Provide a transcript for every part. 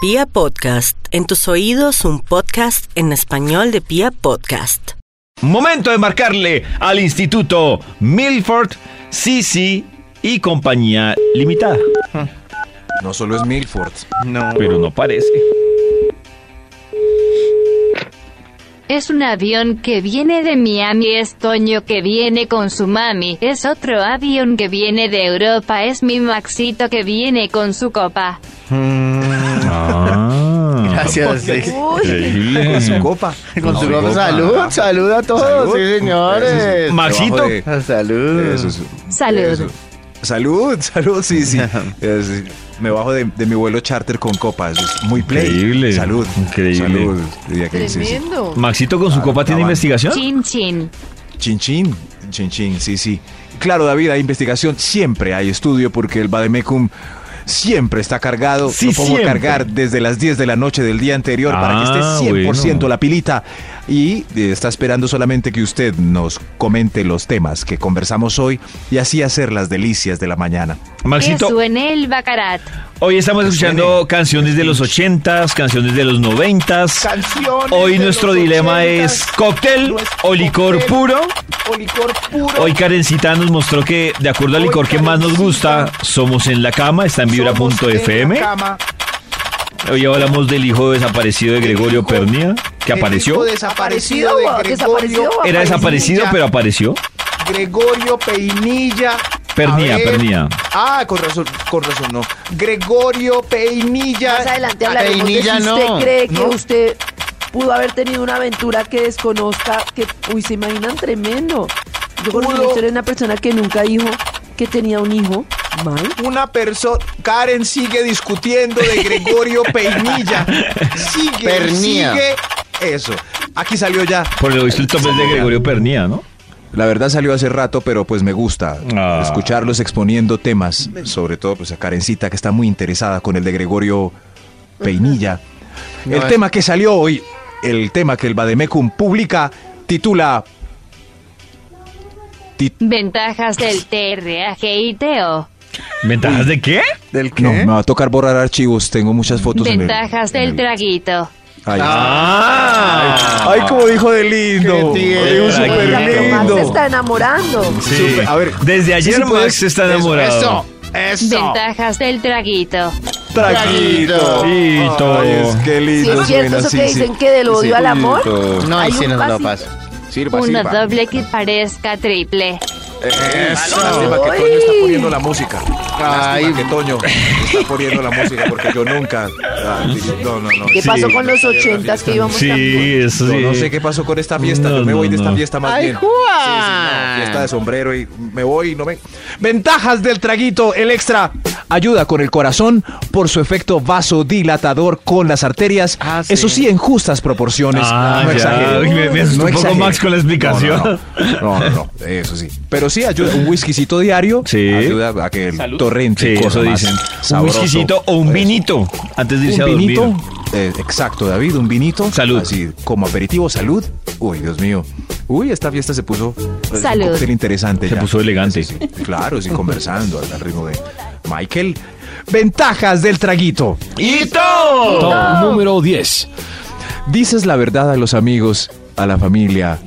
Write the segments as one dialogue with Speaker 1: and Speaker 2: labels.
Speaker 1: Pia Podcast, en tus oídos un podcast en español de Pia Podcast.
Speaker 2: Momento de marcarle al Instituto Milford, Sisi y Compañía Limitada.
Speaker 3: No solo es Milford.
Speaker 2: No. Pero no parece.
Speaker 4: Es un avión que viene de Miami, es Toño que viene con su mami, es otro avión que viene de Europa, es mi Maxito que viene con su copa.
Speaker 2: Ah,
Speaker 5: Gracias. sí.
Speaker 2: bien.
Speaker 3: Con su copa.
Speaker 5: Con su
Speaker 3: No,
Speaker 5: copa.
Speaker 3: copa.
Speaker 5: Salud, salud a todos,
Speaker 3: Salud.
Speaker 5: sí, señores.
Speaker 2: Maxito. Mm.
Speaker 3: Trabajo de-
Speaker 5: Salud.
Speaker 3: eso es-
Speaker 4: Salud.
Speaker 3: eso. Salud, salud, sí, sí. Es- me bajo de, de mi vuelo charter con copa. Eso es muy play.
Speaker 2: Increíble,
Speaker 3: Salud.
Speaker 2: increíble.
Speaker 3: Salud. diría que sí, sí.
Speaker 6: Tremendo.
Speaker 2: Maxito con su
Speaker 3: Ah,
Speaker 2: copa tiene
Speaker 3: acaban.
Speaker 2: investigación.
Speaker 4: Chin chin.
Speaker 3: Chin chin, chin chin, sí, sí. Claro, David, hay investigación, siempre hay estudio porque el Bademecum siempre está cargado.
Speaker 2: Sí,
Speaker 3: Lo pongo
Speaker 2: siempre.
Speaker 3: a cargar desde las 10 de la noche del día anterior para
Speaker 2: Ah,
Speaker 3: que esté 100%
Speaker 2: bueno.
Speaker 3: la pilita. Y eh, está esperando solamente que usted nos comente los temas que conversamos hoy y así hacer las delicias de la mañana.
Speaker 4: Que
Speaker 2: Maxito,
Speaker 4: suene el bacarat.
Speaker 2: hoy estamos escuchando
Speaker 3: suene.
Speaker 2: canciones de los ochentas, canciones de los noventas.
Speaker 5: Canciones
Speaker 2: Hoy
Speaker 5: de
Speaker 2: nuestro
Speaker 5: los
Speaker 2: dilema
Speaker 5: ochentas.
Speaker 2: es cóctel
Speaker 5: No es
Speaker 2: o licor
Speaker 5: cóctel.
Speaker 2: puro.
Speaker 5: O licor puro.
Speaker 2: Hoy Karencita nos mostró que de acuerdo al
Speaker 5: Hoy
Speaker 2: licor que más nos
Speaker 5: Karencita.
Speaker 2: gusta, somos en la cama, está en
Speaker 5: Somos
Speaker 2: vibra.fm.
Speaker 5: en la cama.
Speaker 2: Hoy hablamos del hijo desaparecido de Gregorio Pernia, que
Speaker 5: El
Speaker 2: apareció.
Speaker 5: hijo Desaparecido de Gregorio.
Speaker 6: Desaparecido.
Speaker 2: Era desaparecido,
Speaker 5: Peinilla.
Speaker 2: pero apareció.
Speaker 5: Gregorio Peinilla.
Speaker 2: Pernía,
Speaker 5: A ver.
Speaker 2: Pernía.
Speaker 5: Ah, con razón, con razón, no. Gregorio Peinilla.
Speaker 6: Más adelante
Speaker 5: Ah,
Speaker 6: hablaremos de si
Speaker 5: Peinilla
Speaker 6: usted
Speaker 5: no.
Speaker 6: cree que
Speaker 5: No.
Speaker 6: usted pudo haber tenido una aventura que desconozca, que, uy, se imaginan, tremendo. Yo conocí la
Speaker 5: Pudo.
Speaker 6: historia de una persona que nunca dijo que tenía un hijo. Mal.
Speaker 5: Una persona. Karen sigue discutiendo de Gregorio Peinilla. Sigue,
Speaker 7: Pernía.
Speaker 5: sigue. Eso. Aquí salió ya.
Speaker 2: Por lo visto, el top es de Gregorio Pernía, ¿no?
Speaker 3: La verdad salió hace rato, pero pues me gusta
Speaker 2: Ah.
Speaker 3: escucharlos exponiendo temas, sobre todo pues a Karencita que está muy interesada con el de Gregorio Peinilla.
Speaker 5: No,
Speaker 3: el
Speaker 5: es-
Speaker 3: tema que salió hoy, el tema que el Bademecum publica, titula
Speaker 4: Ventajas del TRAGITO.
Speaker 2: ¿Ventajas de qué?
Speaker 3: ¿Del No, me va a tocar borrar archivos, tengo muchas fotos en el-
Speaker 4: Ventajas
Speaker 3: en
Speaker 4: del
Speaker 3: el-
Speaker 4: traguito.
Speaker 3: Ahí está.
Speaker 2: ¡Ah!
Speaker 3: Ay, como dijo de lindo.
Speaker 5: Qué tierno.
Speaker 3: Dijo
Speaker 2: Ay,
Speaker 3: súper
Speaker 6: Oiga, pero Max
Speaker 3: lindo.
Speaker 6: se está enamorando.
Speaker 2: Sí.
Speaker 3: Súper- a ver,
Speaker 2: desde ayer
Speaker 3: sí, sí,
Speaker 2: Max
Speaker 3: puedes-
Speaker 2: está
Speaker 3: eso,
Speaker 2: enamorado.
Speaker 4: Ventajas del traguito.
Speaker 3: Traguito.
Speaker 2: Y todo.
Speaker 3: Ay, es que
Speaker 6: Si
Speaker 3: lindo
Speaker 6: es cierto
Speaker 3: suena,
Speaker 6: eso
Speaker 3: sí,
Speaker 6: que
Speaker 3: sí.
Speaker 6: dicen que del odio al amor.
Speaker 7: No,
Speaker 6: hay
Speaker 7: y si
Speaker 6: un
Speaker 7: nos lo
Speaker 6: pasito.
Speaker 7: paso. Sirva,
Speaker 4: Una
Speaker 7: sirva.
Speaker 4: doble que parezca triple.
Speaker 3: Lástima que Toño está poniendo la música. Lástima
Speaker 7: Ay.
Speaker 3: que Toño está poniendo la música porque yo nunca. ah, No, no, no.
Speaker 6: ¿Qué
Speaker 2: Sí.
Speaker 6: pasó con los ochentas que íbamos tan
Speaker 2: Sí, eso
Speaker 3: No,
Speaker 2: sí.
Speaker 3: no sé qué pasó con esta fiesta.
Speaker 2: No,
Speaker 3: yo me
Speaker 2: no,
Speaker 3: voy de esta
Speaker 2: no.
Speaker 3: fiesta más
Speaker 7: Ay,
Speaker 3: bien.
Speaker 7: Juan.
Speaker 3: no, fiesta de sombrero y me voy y no me. Ventajas del traguito, el extra. Ayuda con el corazón por su efecto vasodilatador con las arterias.
Speaker 7: Ah,
Speaker 3: Eso
Speaker 7: sí.
Speaker 3: sí, en justas proporciones.
Speaker 2: Ah, ya. Uy, me- me asustó un poco Max con la explicación.
Speaker 3: No no, no. No, no, no, eso sí. Pero sí, ayuda. Un whiskycito diario
Speaker 2: Sí.
Speaker 3: ayuda a que el
Speaker 2: Sí,
Speaker 3: torrente. corra
Speaker 2: eso
Speaker 3: más
Speaker 2: dicen. Un
Speaker 3: sabroso.
Speaker 2: whiskycito o un
Speaker 3: Eso.
Speaker 2: vinito antes de irse
Speaker 3: Un
Speaker 2: a dormir.
Speaker 3: vinito. eh, exacto, David, un vinito.
Speaker 2: Salud.
Speaker 3: Así, como aperitivo, salud. Uy, Dios mío. Uy, esta fiesta se puso. eh,
Speaker 4: Salud.
Speaker 3: Un cóctel interesante.
Speaker 2: Se
Speaker 3: ya.
Speaker 2: puso elegante.
Speaker 3: Eso sí, claro, sí, conversando al al ritmo de Michael. Ventajas del traguito.
Speaker 2: ¡Hito!
Speaker 3: número 10. Dices la verdad a los amigos, a la familia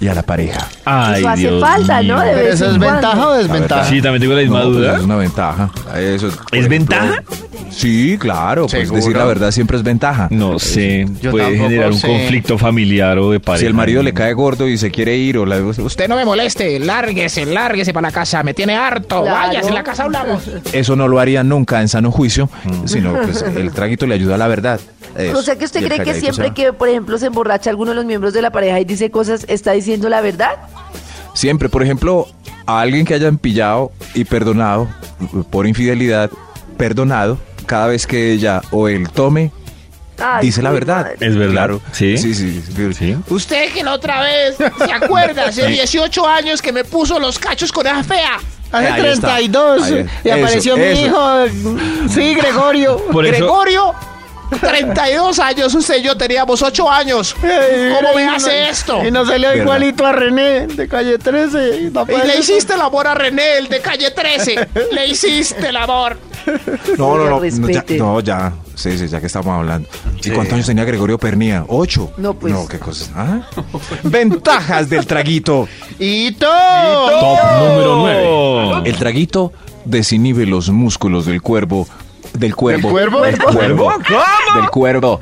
Speaker 3: y a la pareja.
Speaker 2: Ay,
Speaker 6: Eso hace
Speaker 2: Dios
Speaker 6: falta, ¿no?
Speaker 2: mío.
Speaker 6: De
Speaker 7: Pero
Speaker 6: vez
Speaker 7: eso
Speaker 6: en
Speaker 7: es ventaja
Speaker 6: cuando.
Speaker 7: o
Speaker 3: verdad.
Speaker 7: desventaja.
Speaker 2: Sí, también tengo la misma
Speaker 3: No, pues,
Speaker 2: duda.
Speaker 3: Es una ventaja. Eso es, por
Speaker 2: ¿Es ventaja?
Speaker 3: Sí, claro. Pues
Speaker 7: Seguro.
Speaker 3: decir la verdad siempre es ventaja.
Speaker 2: No sé,
Speaker 7: Yo
Speaker 2: puede
Speaker 7: tampoco
Speaker 2: generar un
Speaker 7: sé.
Speaker 2: conflicto familiar o de pareja.
Speaker 3: Si el marido le cae gordo y se quiere ir, o la, usted no me
Speaker 8: moleste, lárguese, lárguese para la casa, me tiene harto,
Speaker 6: Claro.
Speaker 8: váyase, en la casa hablamos.
Speaker 3: eso no lo haría nunca en sano juicio,
Speaker 2: Mm.
Speaker 3: sino pues, el traguito le ayuda a la verdad. Eso.
Speaker 6: O sea que usted
Speaker 3: Y el
Speaker 6: cree que
Speaker 3: traguito
Speaker 6: siempre
Speaker 3: se
Speaker 6: que, por ejemplo, se emborracha alguno de los miembros de la pareja y dice cosas, está diciendo la verdad.
Speaker 3: va. Siempre, por ejemplo, a alguien que hayan pillado y perdonado por infidelidad, perdonado, cada vez que ella o él tome,
Speaker 6: Ay,
Speaker 3: dice la
Speaker 6: mi
Speaker 3: verdad.
Speaker 6: madre.
Speaker 2: Es verdad.
Speaker 3: Claro.
Speaker 2: Sí.
Speaker 3: Sí, sí, sí.
Speaker 2: Sí.
Speaker 8: Usted que la otra vez, ¿se acuerda? Hace 18 años que me puso los cachos con esa fea.
Speaker 7: Hace
Speaker 3: Ahí está.
Speaker 7: 32
Speaker 3: Ahí es.
Speaker 7: y
Speaker 3: Eso,
Speaker 7: apareció mi
Speaker 3: eso.
Speaker 7: hijo. Sí, Gregorio.
Speaker 2: Por eso-
Speaker 7: Gregorio.
Speaker 5: 32 años, usted y yo teníamos 8 años. ¿Cómo me hace esto?
Speaker 9: Eh, Y no salió
Speaker 2: Verdad.
Speaker 9: igualito a René de calle 13. Y, no
Speaker 5: Y
Speaker 9: puede
Speaker 5: le
Speaker 9: ser.
Speaker 5: hiciste el amor a René, el de calle 13. Le hiciste el amor.
Speaker 3: No, no, no.
Speaker 6: Oiga,
Speaker 3: No ya,
Speaker 6: respete.
Speaker 3: no, ya. Sí, sí, ya que estamos hablando. ¿Y cuántos años tenía Gregorio Pernía? Ocho.
Speaker 6: No, pues.
Speaker 3: No, qué cosa. ¿Ah?
Speaker 10: Ventajas del traguito.
Speaker 9: ¡Hito!
Speaker 2: Top número 9.
Speaker 3: El traguito desinhibe los músculos del cuervo. Del cuervo.
Speaker 9: cuervo?
Speaker 3: Del cuervo. Del cuervo.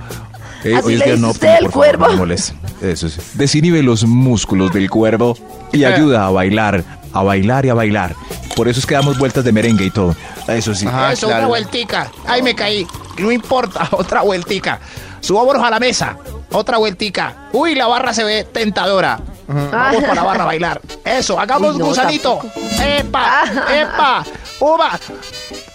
Speaker 3: Eh,
Speaker 6: Así
Speaker 3: oye, es
Speaker 6: le
Speaker 3: que
Speaker 6: dice
Speaker 3: no,
Speaker 6: usted,
Speaker 3: por
Speaker 6: el
Speaker 3: favor,
Speaker 6: cuervo.
Speaker 3: no me moleste. Eso sí. Desinhibe los músculos del cuervo y ayuda a bailar, a bailar y a bailar. Por eso es que damos vueltas de merengue y todo. Eso sí.
Speaker 6: Ah,
Speaker 5: Eso, una vueltica. Ay, me caí. No importa, otra vueltica. Subámonos a la mesa. Otra vueltica. Uy, la barra se ve tentadora. Vamos
Speaker 6: Ah,
Speaker 5: para la barra a bailar. Eso, hagamos
Speaker 6: Uy, no,
Speaker 5: gusanito. Epa, epa. Uva,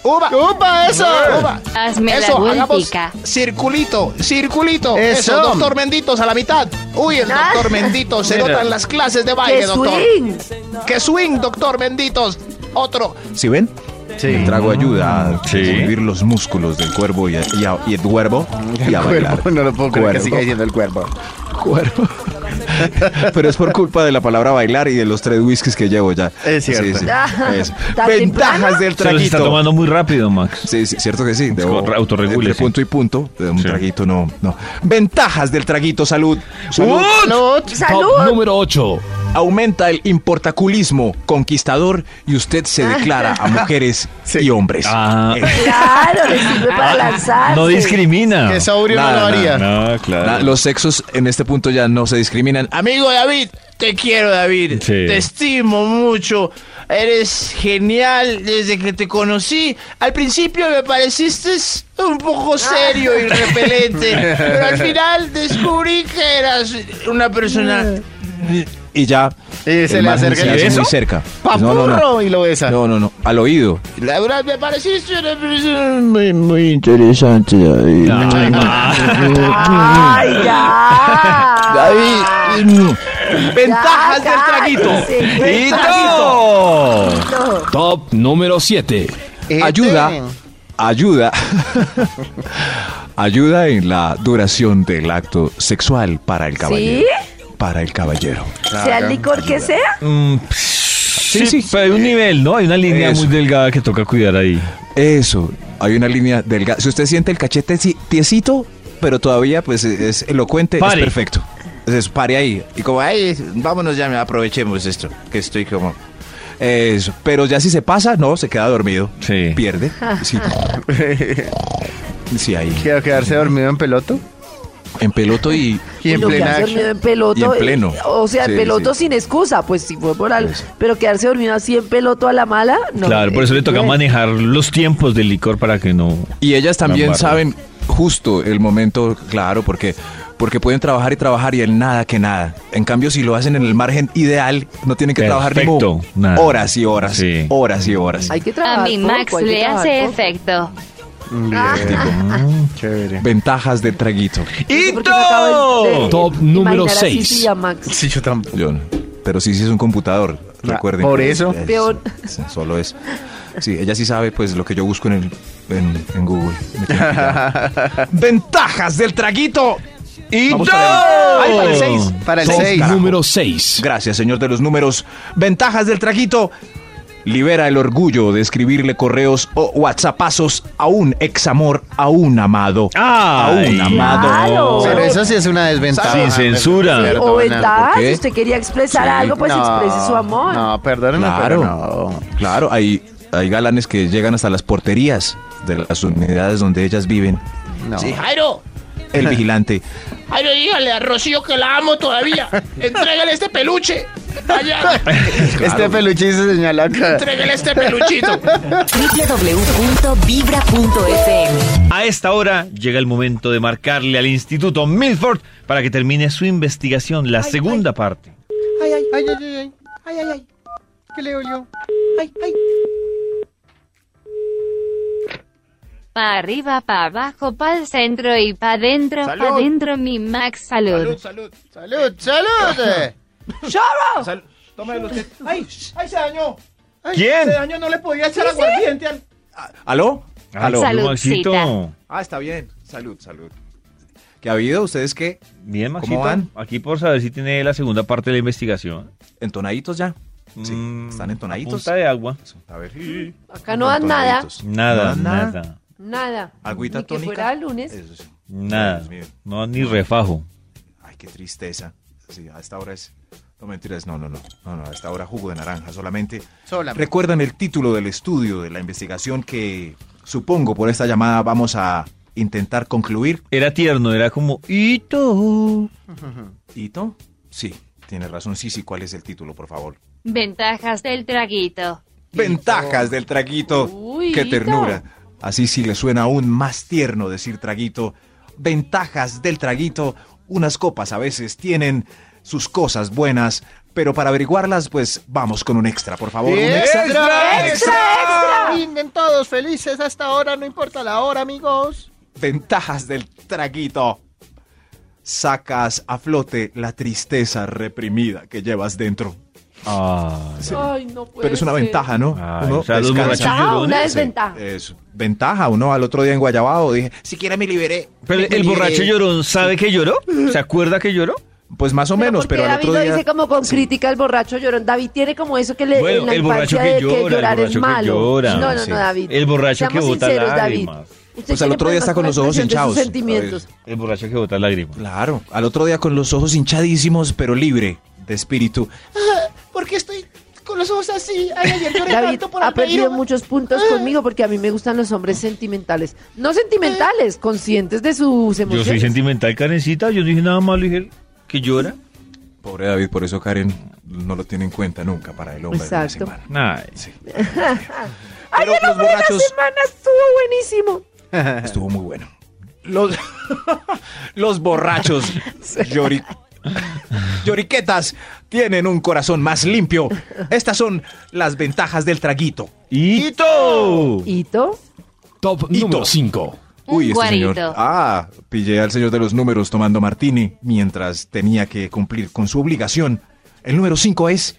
Speaker 5: uva.
Speaker 9: ¡Upa, eso!
Speaker 5: uva.
Speaker 4: Hazme la
Speaker 5: Eso, hagamos
Speaker 4: vueltica.
Speaker 5: circulito, circulito.
Speaker 9: Eso.
Speaker 5: Eso. doctor Menditos a la mitad. Uy, el doctor Mendito se
Speaker 9: Mira.
Speaker 5: notan las clases de
Speaker 6: ¡Qué
Speaker 5: baile, doctor.
Speaker 6: swing!
Speaker 5: ¡Qué swing, doctor Menditos! Otro.
Speaker 3: ¿Sí ven? El trago ayuda a
Speaker 2: Sí.
Speaker 3: desinhibir los músculos del cuervo y, a- y a- y el cuervo y a bailar.
Speaker 9: Cuervo, no lo puedo creer que
Speaker 3: Cuervo.
Speaker 9: siga diciendo el cuervo.
Speaker 3: Cuervo. Pero es por culpa de la palabra bailar y de los tres whiskies que llevo ya.
Speaker 9: Es cierto.
Speaker 3: Eso.
Speaker 6: ¿Tan temprano?
Speaker 3: Ventajas del
Speaker 2: Se los está
Speaker 3: traguito.
Speaker 2: tomando muy rápido, Max.
Speaker 3: Sí, sí, cierto que sí. Debo,
Speaker 2: Corre- autorregule,
Speaker 3: entre
Speaker 2: sí.
Speaker 3: punto y punto. de un
Speaker 2: Sí.
Speaker 3: traguito no, no. Ventajas del traguito, salud. Salud.
Speaker 6: ¡Salud!
Speaker 10: número 8.
Speaker 3: Aumenta el importaculismo conquistador y usted se declara a mujeres y hombres. Eh,
Speaker 2: Ah.
Speaker 3: Eso.
Speaker 6: Claro, le sirve para lanzarse.
Speaker 2: No discrimina.
Speaker 9: Que sobrio
Speaker 3: Nada,
Speaker 9: no lo
Speaker 3: nada,
Speaker 9: haría.
Speaker 2: No, claro.
Speaker 3: La- los sexos en este punto ya no se discriminan. Ah,
Speaker 5: Amigo David, te quiero David,
Speaker 2: Sí.
Speaker 5: te estimo mucho, eres genial desde que te conocí. Al principio me pareciste un poco serio y repelente, pero al final descubrí que eras una persona...
Speaker 3: y ya.
Speaker 9: Y se
Speaker 3: el
Speaker 9: le
Speaker 3: man
Speaker 9: acerca
Speaker 3: se
Speaker 9: el
Speaker 3: hace
Speaker 9: beso.
Speaker 3: muy cerca.
Speaker 9: ¡Papurro!
Speaker 3: No, no, no.
Speaker 9: Y lo besa.
Speaker 3: No, no, no. Al oído.
Speaker 5: La verdad me pareciste una persona...
Speaker 9: Muy, muy interesante. David.
Speaker 6: ¡Ay, ya!
Speaker 10: Ah. Ventajas del traguito.
Speaker 6: del traguito!
Speaker 10: Top número 7. Este.
Speaker 3: Ayuda. Ayuda. ayuda en la duración del acto sexual para el caballero. Para el caballero.
Speaker 6: Sea el licor que sea,
Speaker 2: Sí, Mm, sí, pero hay un nivel, ¿no? Hay una línea
Speaker 3: Eso.
Speaker 2: muy delgada que toca cuidar ahí.
Speaker 3: Eso. Hay una línea delgada. Si usted siente el cachete si- tiesito, pero todavía pues es elocuente,
Speaker 2: Pare.
Speaker 3: es perfecto. Entonces, pare ahí. Y como, ay, vámonos ya, me aprovechemos esto, que estoy como... Eso. Pero ya si se pasa, no, se queda dormido.
Speaker 2: Sí.
Speaker 3: Pierde. Sí. Sí, ahí.
Speaker 9: Quiero quedarse dormido en peloto.
Speaker 3: En peloto y...
Speaker 9: Y en
Speaker 6: lo que
Speaker 9: plena
Speaker 6: hace
Speaker 9: acción.
Speaker 6: dormido en peloto. eh,
Speaker 3: Y en pleno.
Speaker 6: O sea, en
Speaker 3: Sí,
Speaker 6: peloto
Speaker 3: sí.
Speaker 6: sin excusa, pues si fue por algo.
Speaker 3: Eso.
Speaker 6: Pero quedarse dormido así en peloto a la mala, no. eh, Pues,
Speaker 2: claro, por eso le toca
Speaker 6: no es.
Speaker 2: manejar los tiempos del licor para que no.
Speaker 3: Y ellas también
Speaker 2: Gambarra.
Speaker 3: saben justo el momento, claro, porque, porque pueden trabajar y trabajar y el nada que nada. En cambio, si lo hacen en el margen ideal, no tienen que trabajar ni
Speaker 2: Perfecto,
Speaker 3: mo-
Speaker 2: nada.
Speaker 3: horas y horas,
Speaker 2: Sí.
Speaker 3: horas y horas.
Speaker 6: Hay que
Speaker 4: A
Speaker 6: trabajar.
Speaker 4: mi Max
Speaker 6: poco, hay que
Speaker 4: le
Speaker 6: trabajar
Speaker 4: hace
Speaker 6: poco.
Speaker 4: efecto.
Speaker 9: Chévere.
Speaker 3: Ventajas del traguito.
Speaker 6: No sé por qué me acabo de- de
Speaker 10: Top
Speaker 6: imaginar
Speaker 10: número
Speaker 6: así,
Speaker 10: seis.
Speaker 6: sí, a Max.
Speaker 9: Sí, yo tampoco.
Speaker 3: Yo no. Pero sí, sí es un computador, recuerden.
Speaker 9: por eso.
Speaker 6: Peor.
Speaker 3: sí, Solo eso. Sí, ella sí sabe pues lo que yo busco en, el, en, en Google. Me tiene pillado.
Speaker 10: Ventajas del traguito.
Speaker 3: y
Speaker 10: Vamos
Speaker 3: yo-
Speaker 10: para el-
Speaker 3: ¡Ay, para el seis!
Speaker 9: Para el
Speaker 3: Top
Speaker 9: 6.
Speaker 10: Número 6.
Speaker 3: Gracias, señor de los números. Ventajas del traguito. Libera el orgullo de escribirle correos o whatsappazos a un examor, a un amado. a
Speaker 2: Ay,
Speaker 3: un amado.
Speaker 6: Claro.
Speaker 9: Pero eso sí es una desventaja.
Speaker 2: Sin censura.
Speaker 9: Perdona.
Speaker 6: O ventaja,
Speaker 3: ¿por qué?
Speaker 6: si usted quería expresar
Speaker 3: Sí,
Speaker 6: algo, pues
Speaker 9: No,
Speaker 6: exprese su amor.
Speaker 9: No, perdónenme,
Speaker 3: Claro.
Speaker 9: pero no.
Speaker 3: Claro, hay, hay galanes que llegan hasta las porterías de las unidades donde ellas viven.
Speaker 9: No.
Speaker 5: Sí, Jairo,
Speaker 3: El vigilante.
Speaker 5: Jairo, dígale a Rocío que la amo todavía. Entrégale este peluche. Allá,
Speaker 9: Este peluche se señala acá.
Speaker 5: entrégale este peluchito.
Speaker 1: www.vibra.fm
Speaker 2: A esta hora llega el momento de marcarle al Instituto Milford para que termine su investigación, la segunda parte.
Speaker 9: Ay, ay, ay, ay, ay, ay, ay, ay. ¿Qué le olió? Ay, ay.
Speaker 4: Pa' arriba, pa' abajo, pa' el centro y pa' dentro, pa' dentro, mi Max, salud.
Speaker 5: Salud.
Speaker 9: Salud, salud.
Speaker 5: Sal- Tómelo usted. Ah. Ay, ay, se dañó.
Speaker 2: ¿Quién?
Speaker 5: Se dañó, no le podía echar aguardiente al.
Speaker 3: ¿Aló?
Speaker 10: Aló.
Speaker 4: Salud.
Speaker 2: Maxito.
Speaker 4: Saludcita.
Speaker 3: Ah, está bien. Salud, salud. ¿Qué ha habido? ¿Ustedes qué?
Speaker 2: Bien, Maxito.
Speaker 3: ¿Cómo van?
Speaker 2: Aquí por saber si tiene la segunda parte de la investigación.
Speaker 3: ¿Entonaditos ya? Sí,
Speaker 2: Mm,
Speaker 3: están entonaditos.
Speaker 2: a punta de agua.
Speaker 3: A ver.
Speaker 6: Acá no dan nada.
Speaker 3: Entonaditos.
Speaker 2: Nada,
Speaker 3: Nada.
Speaker 2: nada,
Speaker 6: Nada.
Speaker 3: Agüita
Speaker 6: Ni que
Speaker 3: tónica.
Speaker 6: fuera lunes.
Speaker 2: Eh,
Speaker 3: Eso sí.
Speaker 2: nada.
Speaker 3: Dios mío.
Speaker 2: No, ni refajo.
Speaker 3: Ay, qué tristeza. Sí, a esta hora es... No mentiras, no, no, no. No, no, a esta hora jugo de naranja solamente.
Speaker 5: Solamente.
Speaker 3: ¿Recuerdan el título del estudio, de la investigación que supongo por esta llamada vamos a intentar concluir?
Speaker 2: Era tierno, era como hito.
Speaker 3: ¿Hito? Sí, tienes razón. Sí, sí, ¿cuál es el título, por favor?
Speaker 4: Ventajas del traguito.
Speaker 3: Ventajas del traguito.
Speaker 6: Uy,
Speaker 3: ¡Qué
Speaker 6: Hito.
Speaker 3: ternura! Así sí le suena aún más tierno decir traguito. Ventajas del traguito. Unas copas a veces tienen sus cosas buenas, pero para averiguarlas, pues vamos con un extra, por favor. Un extra.
Speaker 9: Brinden todos felices hasta ahora, no importa la hora, amigos.
Speaker 3: Ventajas del traguito. Sacas a flote la tristeza reprimida que llevas dentro.
Speaker 2: Ah,
Speaker 6: Ay, no puede
Speaker 3: Pero es una
Speaker 6: ser.
Speaker 3: ventaja, ¿no?
Speaker 2: Ay, o sea, los
Speaker 3: descansa.
Speaker 2: borrachos
Speaker 6: Ventaja o una
Speaker 2: llorones,
Speaker 6: desventaja.
Speaker 3: Eso. Ventaja, uno al otro día en Guayabao dije, siquiera me liberé.
Speaker 2: Pero
Speaker 3: me
Speaker 2: el
Speaker 3: liberé".
Speaker 2: borracho llorón sabe que lloró. ¿Se acuerda que lloró?
Speaker 3: Pues más o menos, pero
Speaker 6: porque
Speaker 3: al
Speaker 6: David
Speaker 3: otro
Speaker 6: lo
Speaker 3: día.
Speaker 6: dice como con crítica al borracho llorón. David tiene como eso que le
Speaker 2: Bueno,
Speaker 6: en la
Speaker 2: el borracho
Speaker 6: infancia
Speaker 2: que
Speaker 6: de
Speaker 2: llora, el
Speaker 6: llorar es
Speaker 2: borracho que
Speaker 6: malo.
Speaker 2: llora,
Speaker 6: no, no,
Speaker 3: sí.
Speaker 6: no, David.
Speaker 2: El borracho que
Speaker 6: Seamos
Speaker 2: bota
Speaker 6: sinceros, David.
Speaker 2: lágrimas.
Speaker 6: Usted
Speaker 3: Pues al
Speaker 6: tiene
Speaker 3: otro día está
Speaker 6: problemas
Speaker 3: con los ojos
Speaker 6: la expresión de
Speaker 3: hinchados.
Speaker 6: sus sentimientos.
Speaker 2: El borracho que bota lágrimas.
Speaker 3: Claro, al otro día con los ojos hinchadísimos, pero libre de espíritu.
Speaker 9: ¿Por qué estoy con los ojos así? Ay, ayer lloré
Speaker 6: David
Speaker 9: tanto por
Speaker 6: ha
Speaker 9: el peiro.
Speaker 6: perdido muchos
Speaker 2: Eh.
Speaker 6: puntos conmigo porque a mí me gustan los hombres sentimentales. No sentimentales, conscientes de sus
Speaker 2: Yo
Speaker 6: emociones.
Speaker 2: soy sentimental, Karencita. Yo no dije nada malo. Dije que llora.
Speaker 3: Pobre David, por eso Karen no lo tiene en cuenta nunca para el hombre
Speaker 6: Exacto.
Speaker 3: de la semana.
Speaker 2: Ay,
Speaker 6: Ay,
Speaker 3: Pero los
Speaker 6: el hombre de la
Speaker 3: borrachos
Speaker 6: semana estuvo buenísimo.
Speaker 3: estuvo muy bueno. Los, los borrachos llori- lloriquetas tienen un corazón más limpio. Estas son las ventajas del traguito.
Speaker 2: ¡Hito!
Speaker 6: Hito.
Speaker 11: Top
Speaker 3: Hito.
Speaker 11: número 5.
Speaker 4: Un guarito.
Speaker 3: este Ah, pillé al señor de los números tomando martini mientras tenía que cumplir con su obligación. El número 5 es.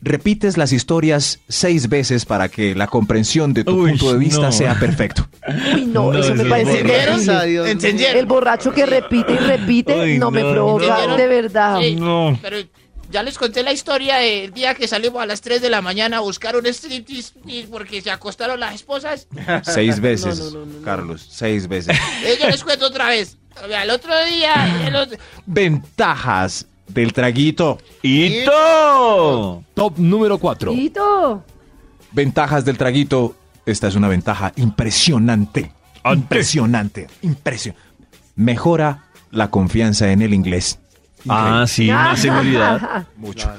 Speaker 3: Repites las historias seis veces para que la comprensión de tu
Speaker 2: Uy,
Speaker 3: punto de vista
Speaker 2: no.
Speaker 3: sea perfecto.
Speaker 6: Uy, no,
Speaker 2: No,
Speaker 6: eso me
Speaker 2: esos
Speaker 6: parece
Speaker 5: ¿Entendieron?
Speaker 9: Gracias a
Speaker 6: terrible.
Speaker 9: Dios.
Speaker 5: ¿Entendieron?
Speaker 6: El borracho que repite y repite
Speaker 2: Ay,
Speaker 6: no, me
Speaker 2: no,
Speaker 6: provoca,
Speaker 5: no.
Speaker 6: de verdad.
Speaker 5: Sí.
Speaker 2: No.
Speaker 5: Pero ya les conté la historia del día que salimos a las 3 de la mañana a buscar un striptease y porque se acostaron las esposas.
Speaker 3: Seis veces,
Speaker 6: no, no, no, no.
Speaker 3: Carlos, seis veces.
Speaker 5: Eh, Yo les cuento otra vez. Al otro día, el otro-
Speaker 3: Ventajas del traguito.
Speaker 2: ¡Hito!
Speaker 11: Top número 4.
Speaker 6: Hito.
Speaker 3: Ventajas del traguito. Esta es una ventaja impresionante. Impresionante. Impresionante. Mejora la confianza en el inglés.
Speaker 2: Ah, sí, más seguridad.
Speaker 3: mucho.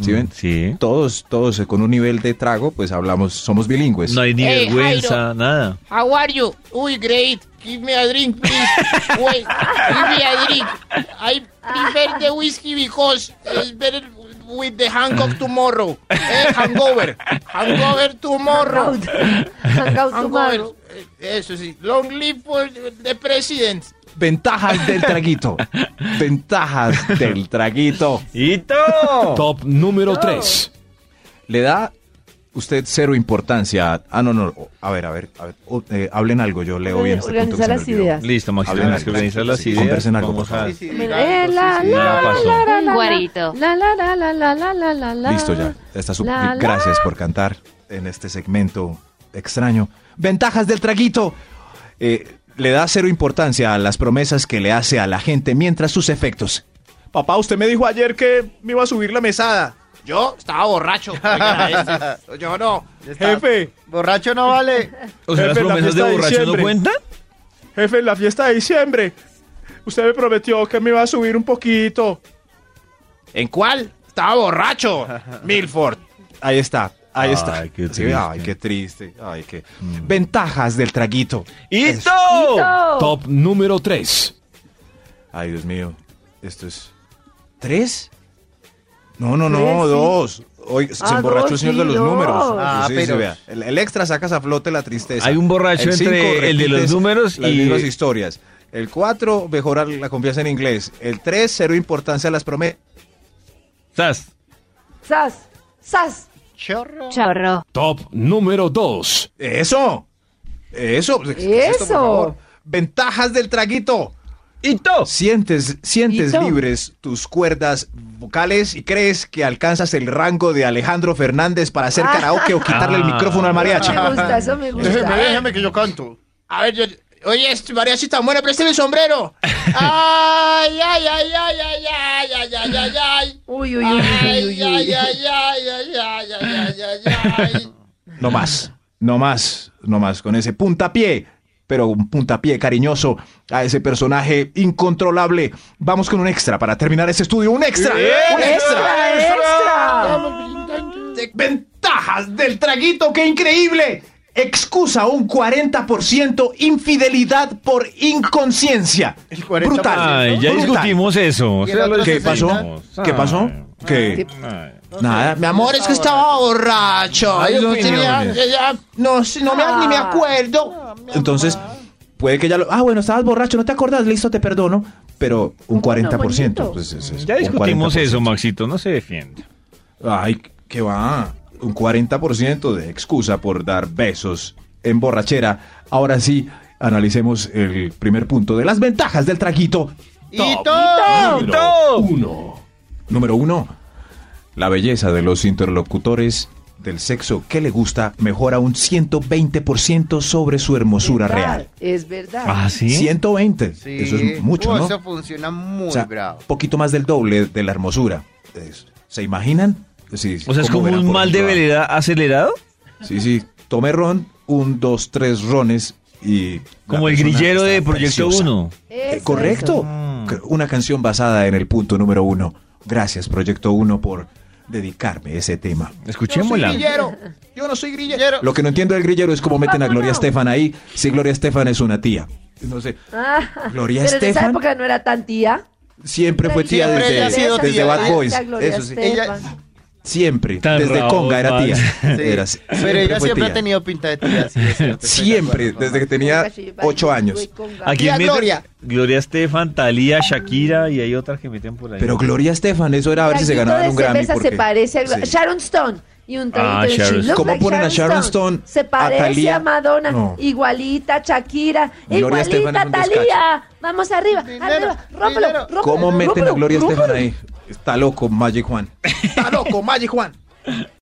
Speaker 3: ¿Sí ven?
Speaker 2: Sí.
Speaker 3: Todos, todos eh, con un nivel de trago, pues hablamos, somos bilingües.
Speaker 2: No hay ni
Speaker 5: Ey,
Speaker 2: vergüenza, nada.
Speaker 5: How are you? Uy, great. Give me a drink, please. Wait, give me a drink. I prefer the whiskey because it's better with the hangover tomorrow. Eh, hangover. Hangover tomorrow.
Speaker 6: Out. Hangout
Speaker 5: Hangover.
Speaker 6: humano.
Speaker 5: Eh, Eso sí. Long live for the president.
Speaker 3: Ventajas del traguito. Ventajas del traguito.
Speaker 2: ¡Hito!
Speaker 11: Top número 3.
Speaker 3: Le da usted cero importana. a- Ah, no, no. o- A ver, a ver, a ver. o- eh, hablen algo, yo leo bien. este punto que
Speaker 6: Organiza
Speaker 3: se me
Speaker 6: las
Speaker 3: olvidó.
Speaker 6: ideas.
Speaker 2: Listo, Maxi,
Speaker 3: Hablen
Speaker 2: tienes
Speaker 3: algo,
Speaker 2: que organizar las
Speaker 3: sí,
Speaker 2: ideas.
Speaker 3: conversen algo,
Speaker 2: Vamos
Speaker 3: por
Speaker 2: a-
Speaker 3: favor.
Speaker 6: Eh, la, la,
Speaker 2: Nada pasó.
Speaker 6: la, la, la,
Speaker 4: Un guarito.
Speaker 6: La, la, la, la, la, la, la, la, la.
Speaker 3: Listo ya. Está su-
Speaker 6: La, la.
Speaker 3: Gracias por cantar en este segmento extraño. Ventajas del traguito. Eh, le da cero importancia a las promesas que le hace a la gente mientras sus efectos. Papá, usted me dijo ayer que me iba a subir la mesada.
Speaker 5: Yo estaba borracho. Oigan, este- Yo no.
Speaker 9: Está- Borracho no vale.
Speaker 2: O sea, las
Speaker 12: Jefe, la
Speaker 2: promesas de
Speaker 12: fiesta de
Speaker 2: borracho no
Speaker 12: diciembre.
Speaker 2: cuentan.
Speaker 12: Jefe, en la fiesta de diciembre. Usted me prometió que me iba a subir un poquito.
Speaker 5: ¿En cuál? Estaba borracho.
Speaker 3: Milford. Ahí está. Ahí
Speaker 2: Ay,
Speaker 3: está.
Speaker 2: qué
Speaker 3: Sí,
Speaker 2: triste.
Speaker 3: ay, qué triste. Ay, qué... Ventajas del traguito.
Speaker 2: ¡Hito!
Speaker 6: Hito.
Speaker 11: Top número 3.
Speaker 3: Ay, Dios mío. Esto es. ¿Tres? No, no, no,
Speaker 6: Tres,
Speaker 3: dos. Hoy se
Speaker 6: Ah,
Speaker 3: emborrachó el
Speaker 6: dos,
Speaker 3: señor de
Speaker 6: sí,
Speaker 3: los
Speaker 6: dos.
Speaker 3: números.
Speaker 9: Ah,
Speaker 3: Sí, sí,
Speaker 9: pero-
Speaker 3: vea. El, el extra sacas a flote la tristeza.
Speaker 2: Hay un borracho
Speaker 3: cinco,
Speaker 2: entre el de los
Speaker 3: repites
Speaker 2: números
Speaker 3: las
Speaker 2: y-
Speaker 3: mismas historias. El cuatro, mejorar la confianza en inglés. El tres, cero importancia a las promesas.
Speaker 2: ¡Sas!
Speaker 6: Sas. Sas.
Speaker 9: Chorro.
Speaker 4: Chorro.
Speaker 11: Top número 2.
Speaker 3: ¡Eso! Eso. pues,
Speaker 6: Eso.
Speaker 3: por favor. Ventajas del traguito.
Speaker 2: ¡Hito!
Speaker 3: Sientes, sientes
Speaker 6: Eso.
Speaker 3: libres tus cuerdas vocales y crees que alcanzas el rango de Alejandro Fernández para hacer karaoke o quitarle el
Speaker 2: Ah.
Speaker 3: micrófono al mariachi.
Speaker 6: Me gusta, eso me
Speaker 9: Déjeme,
Speaker 6: gusta.
Speaker 9: déjeme que yo canto.
Speaker 5: A ver, yo, oye, este mariachi tan bueno, préstame el sombrero. Ay, ay, ay, ay, ay, ay, ay, ay, ay, ay.
Speaker 6: Uy, uy, uy, uy,
Speaker 5: Ay,
Speaker 6: uy,
Speaker 5: ay, ay,
Speaker 6: uy.
Speaker 5: ay, ay, ay, ay, ay, ay, ay.
Speaker 3: No más, no más, no más. Con ese puntapié, pero un puntapié cariñoso a ese personaje incontrolable. Vamos con un extra para terminar este estudio. ¡Un extra! ¡Un extra!
Speaker 6: ¡Extra, extra!
Speaker 3: ¡Ventajas del traguito! ¡Qué increíble! Excusa un 40% infidelidad por inconsciencia.
Speaker 9: El 40%.
Speaker 3: Brutal.
Speaker 2: Ay, ya
Speaker 3: brutal.
Speaker 2: discutimos eso. o
Speaker 9: ¿Y
Speaker 2: sea,
Speaker 9: el
Speaker 2: lo
Speaker 9: otro
Speaker 3: ¿Qué pasó?
Speaker 2: discutimos.
Speaker 3: ¿Qué
Speaker 2: Ay,
Speaker 3: pasó? ¿Qué?
Speaker 2: ay.
Speaker 3: Nada, mi amor,
Speaker 5: Amor, es que estaba borracho.
Speaker 3: Hay
Speaker 5: no,
Speaker 3: opiniones.
Speaker 5: tenía- ya- ya- no, sé, no me, ni me acuerdo.
Speaker 3: Entonces, puede que ya lo. Ah, bueno, estabas borracho, no te acordás, listo, te perdono. Pero un 40%. Pues, es- es-
Speaker 2: Ya
Speaker 3: un
Speaker 2: discutimos
Speaker 3: 40%.
Speaker 2: eso, Maxito. No se defiende.
Speaker 3: Ay, que va. Un 40% de excusa por dar besos en borrachera. Ahora sí, analicemos el primer punto de las ventajas del traguito.
Speaker 9: ¡Hito!
Speaker 3: Uno. Número uno. La belleza de los interlocutores del sexo que le gusta mejora un 120% sobre su hermosura real.
Speaker 6: Es verdad.
Speaker 2: Ah, sí.
Speaker 3: 120. Eso es mucho,
Speaker 9: Uh,
Speaker 3: ¿no?
Speaker 9: Eso funciona muy
Speaker 3: O sea,
Speaker 9: bravo.
Speaker 3: poquito más del doble de la hermosura. Es- ¿Se imaginan? Sí, sí,
Speaker 2: O sea, es
Speaker 3: ¿cómo
Speaker 2: como
Speaker 3: verán
Speaker 2: un
Speaker 3: por
Speaker 2: mal de
Speaker 3: dentro?
Speaker 2: veredad acelerado.
Speaker 3: Sí, sí. Tomé ron, un, dos, tres rones y...
Speaker 2: Como
Speaker 3: la
Speaker 2: el
Speaker 3: persona
Speaker 2: grillero de
Speaker 3: está
Speaker 2: Proyecto Mm.
Speaker 3: preciosa.
Speaker 2: 1.
Speaker 3: Eh,
Speaker 6: Eso,
Speaker 3: correcto.
Speaker 6: eso.
Speaker 3: C- Una canción basada en el punto número uno. Gracias, Proyecto 1, por dedicarme ese tema.
Speaker 2: Escuchémosla.
Speaker 5: Grillero. Yo no soy grillero.
Speaker 3: Lo que no entiendo del grillero es cómo meten a Gloria Estefan ahí, si Gloria Estefan es una tía. No sé.
Speaker 6: Ah,
Speaker 3: Gloria
Speaker 6: Pero en esa
Speaker 3: Estefan
Speaker 6: época no era tan tía.
Speaker 3: siempre fue tía
Speaker 5: Siempre ella ha
Speaker 3: desde,
Speaker 5: sido
Speaker 3: desde
Speaker 5: tía.
Speaker 3: Bad Boys.
Speaker 6: Gloria
Speaker 3: Eso sí.
Speaker 6: Estefan.
Speaker 3: Siempre.
Speaker 2: Tan
Speaker 3: desde
Speaker 2: rabo,
Speaker 3: Conga era
Speaker 2: man.
Speaker 3: tía.
Speaker 9: Sí.
Speaker 3: Era-
Speaker 9: Pero ella
Speaker 3: fue
Speaker 9: siempre
Speaker 3: tía.
Speaker 9: ha tenido pinta de tía. sí, es cierto, estoy de
Speaker 3: Siempre,
Speaker 9: acuerdo,
Speaker 3: desde que
Speaker 9: mamá.
Speaker 3: tenía ocho años.
Speaker 2: Aquí
Speaker 5: Tía
Speaker 2: meten-
Speaker 5: Gloria.
Speaker 2: Gloria Estefan, Talía, Shakira y hay otras que meten por ahí.
Speaker 3: Pero Gloria Estefan, eso era a ver si se ganaban un Grammy.
Speaker 6: se
Speaker 3: porque-
Speaker 6: parece a
Speaker 3: Sí.
Speaker 6: Sharon Stone. Y un
Speaker 2: Ah,
Speaker 6: traguito de
Speaker 2: Sharon
Speaker 6: She Look
Speaker 3: ¿Cómo
Speaker 6: Like
Speaker 3: ponen a Sharon Stone,
Speaker 6: Se
Speaker 3: a
Speaker 6: parece a,
Speaker 3: Thalía?
Speaker 6: Madonna,
Speaker 3: No.
Speaker 6: igualita Shakira,
Speaker 3: Gloria Estefan es
Speaker 6: igualita
Speaker 3: un
Speaker 6: Talía. Vamos arriba,
Speaker 5: Dinero,
Speaker 6: arriba, rómpelo,
Speaker 5: dinero.
Speaker 6: rómpelo.
Speaker 3: ¿Cómo meten a
Speaker 6: rómpelo,
Speaker 3: Gloria
Speaker 6: rómpelo.
Speaker 3: Estefan ahí? Está loco, Magic Juan.
Speaker 5: Está loco, Magic Juan.